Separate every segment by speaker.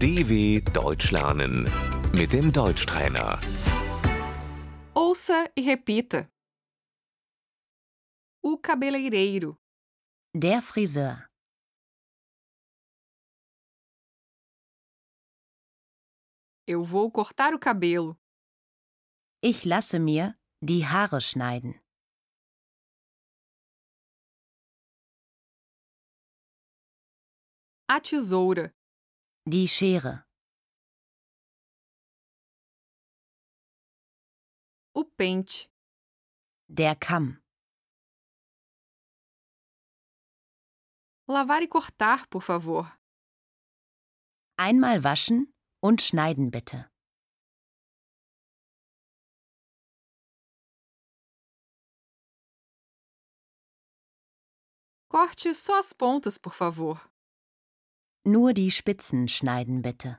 Speaker 1: DW Deutsch lernen mit dem Deutschtrainer.
Speaker 2: Ouça e repita. O cabeleireiro,
Speaker 3: Der Friseur.
Speaker 2: eu vou cortar o cabelo.
Speaker 3: Ich lasse mir die Haare schneiden.
Speaker 2: A tesoura,
Speaker 3: Die Schere.
Speaker 2: o pente,
Speaker 3: Der Kamm.
Speaker 2: lavar e cortar, por favor.
Speaker 3: Einmal waschen und schneiden bitte.
Speaker 2: Corte só as pontas, por favor.
Speaker 3: Nur die Spitzen schneiden bitte.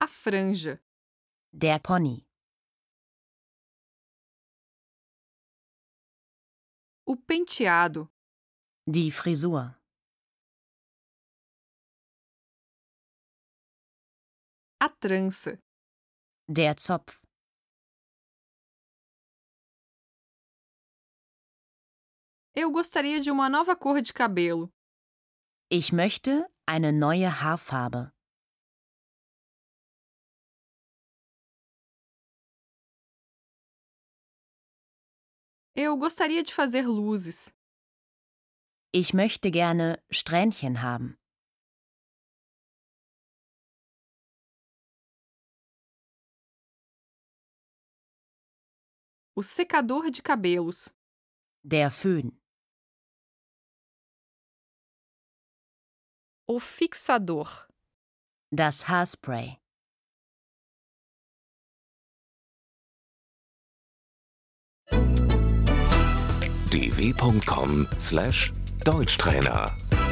Speaker 2: A franja,
Speaker 3: Der Pony.
Speaker 2: o penteado,
Speaker 3: Die Frisur.
Speaker 2: a trança,
Speaker 3: Der Zopf.
Speaker 2: Eu gostaria de uma nova cor de cabelo.
Speaker 3: Ich möchte eine neue Haarfarbe.
Speaker 2: Eu gostaria de fazer luzes.
Speaker 3: Ich möchte gerne Strähnchen haben.
Speaker 2: O secador de cabelos,
Speaker 3: Der Föhn.
Speaker 2: o fixador,
Speaker 3: Das Haarspray.
Speaker 1: dw.com/deutschtrainer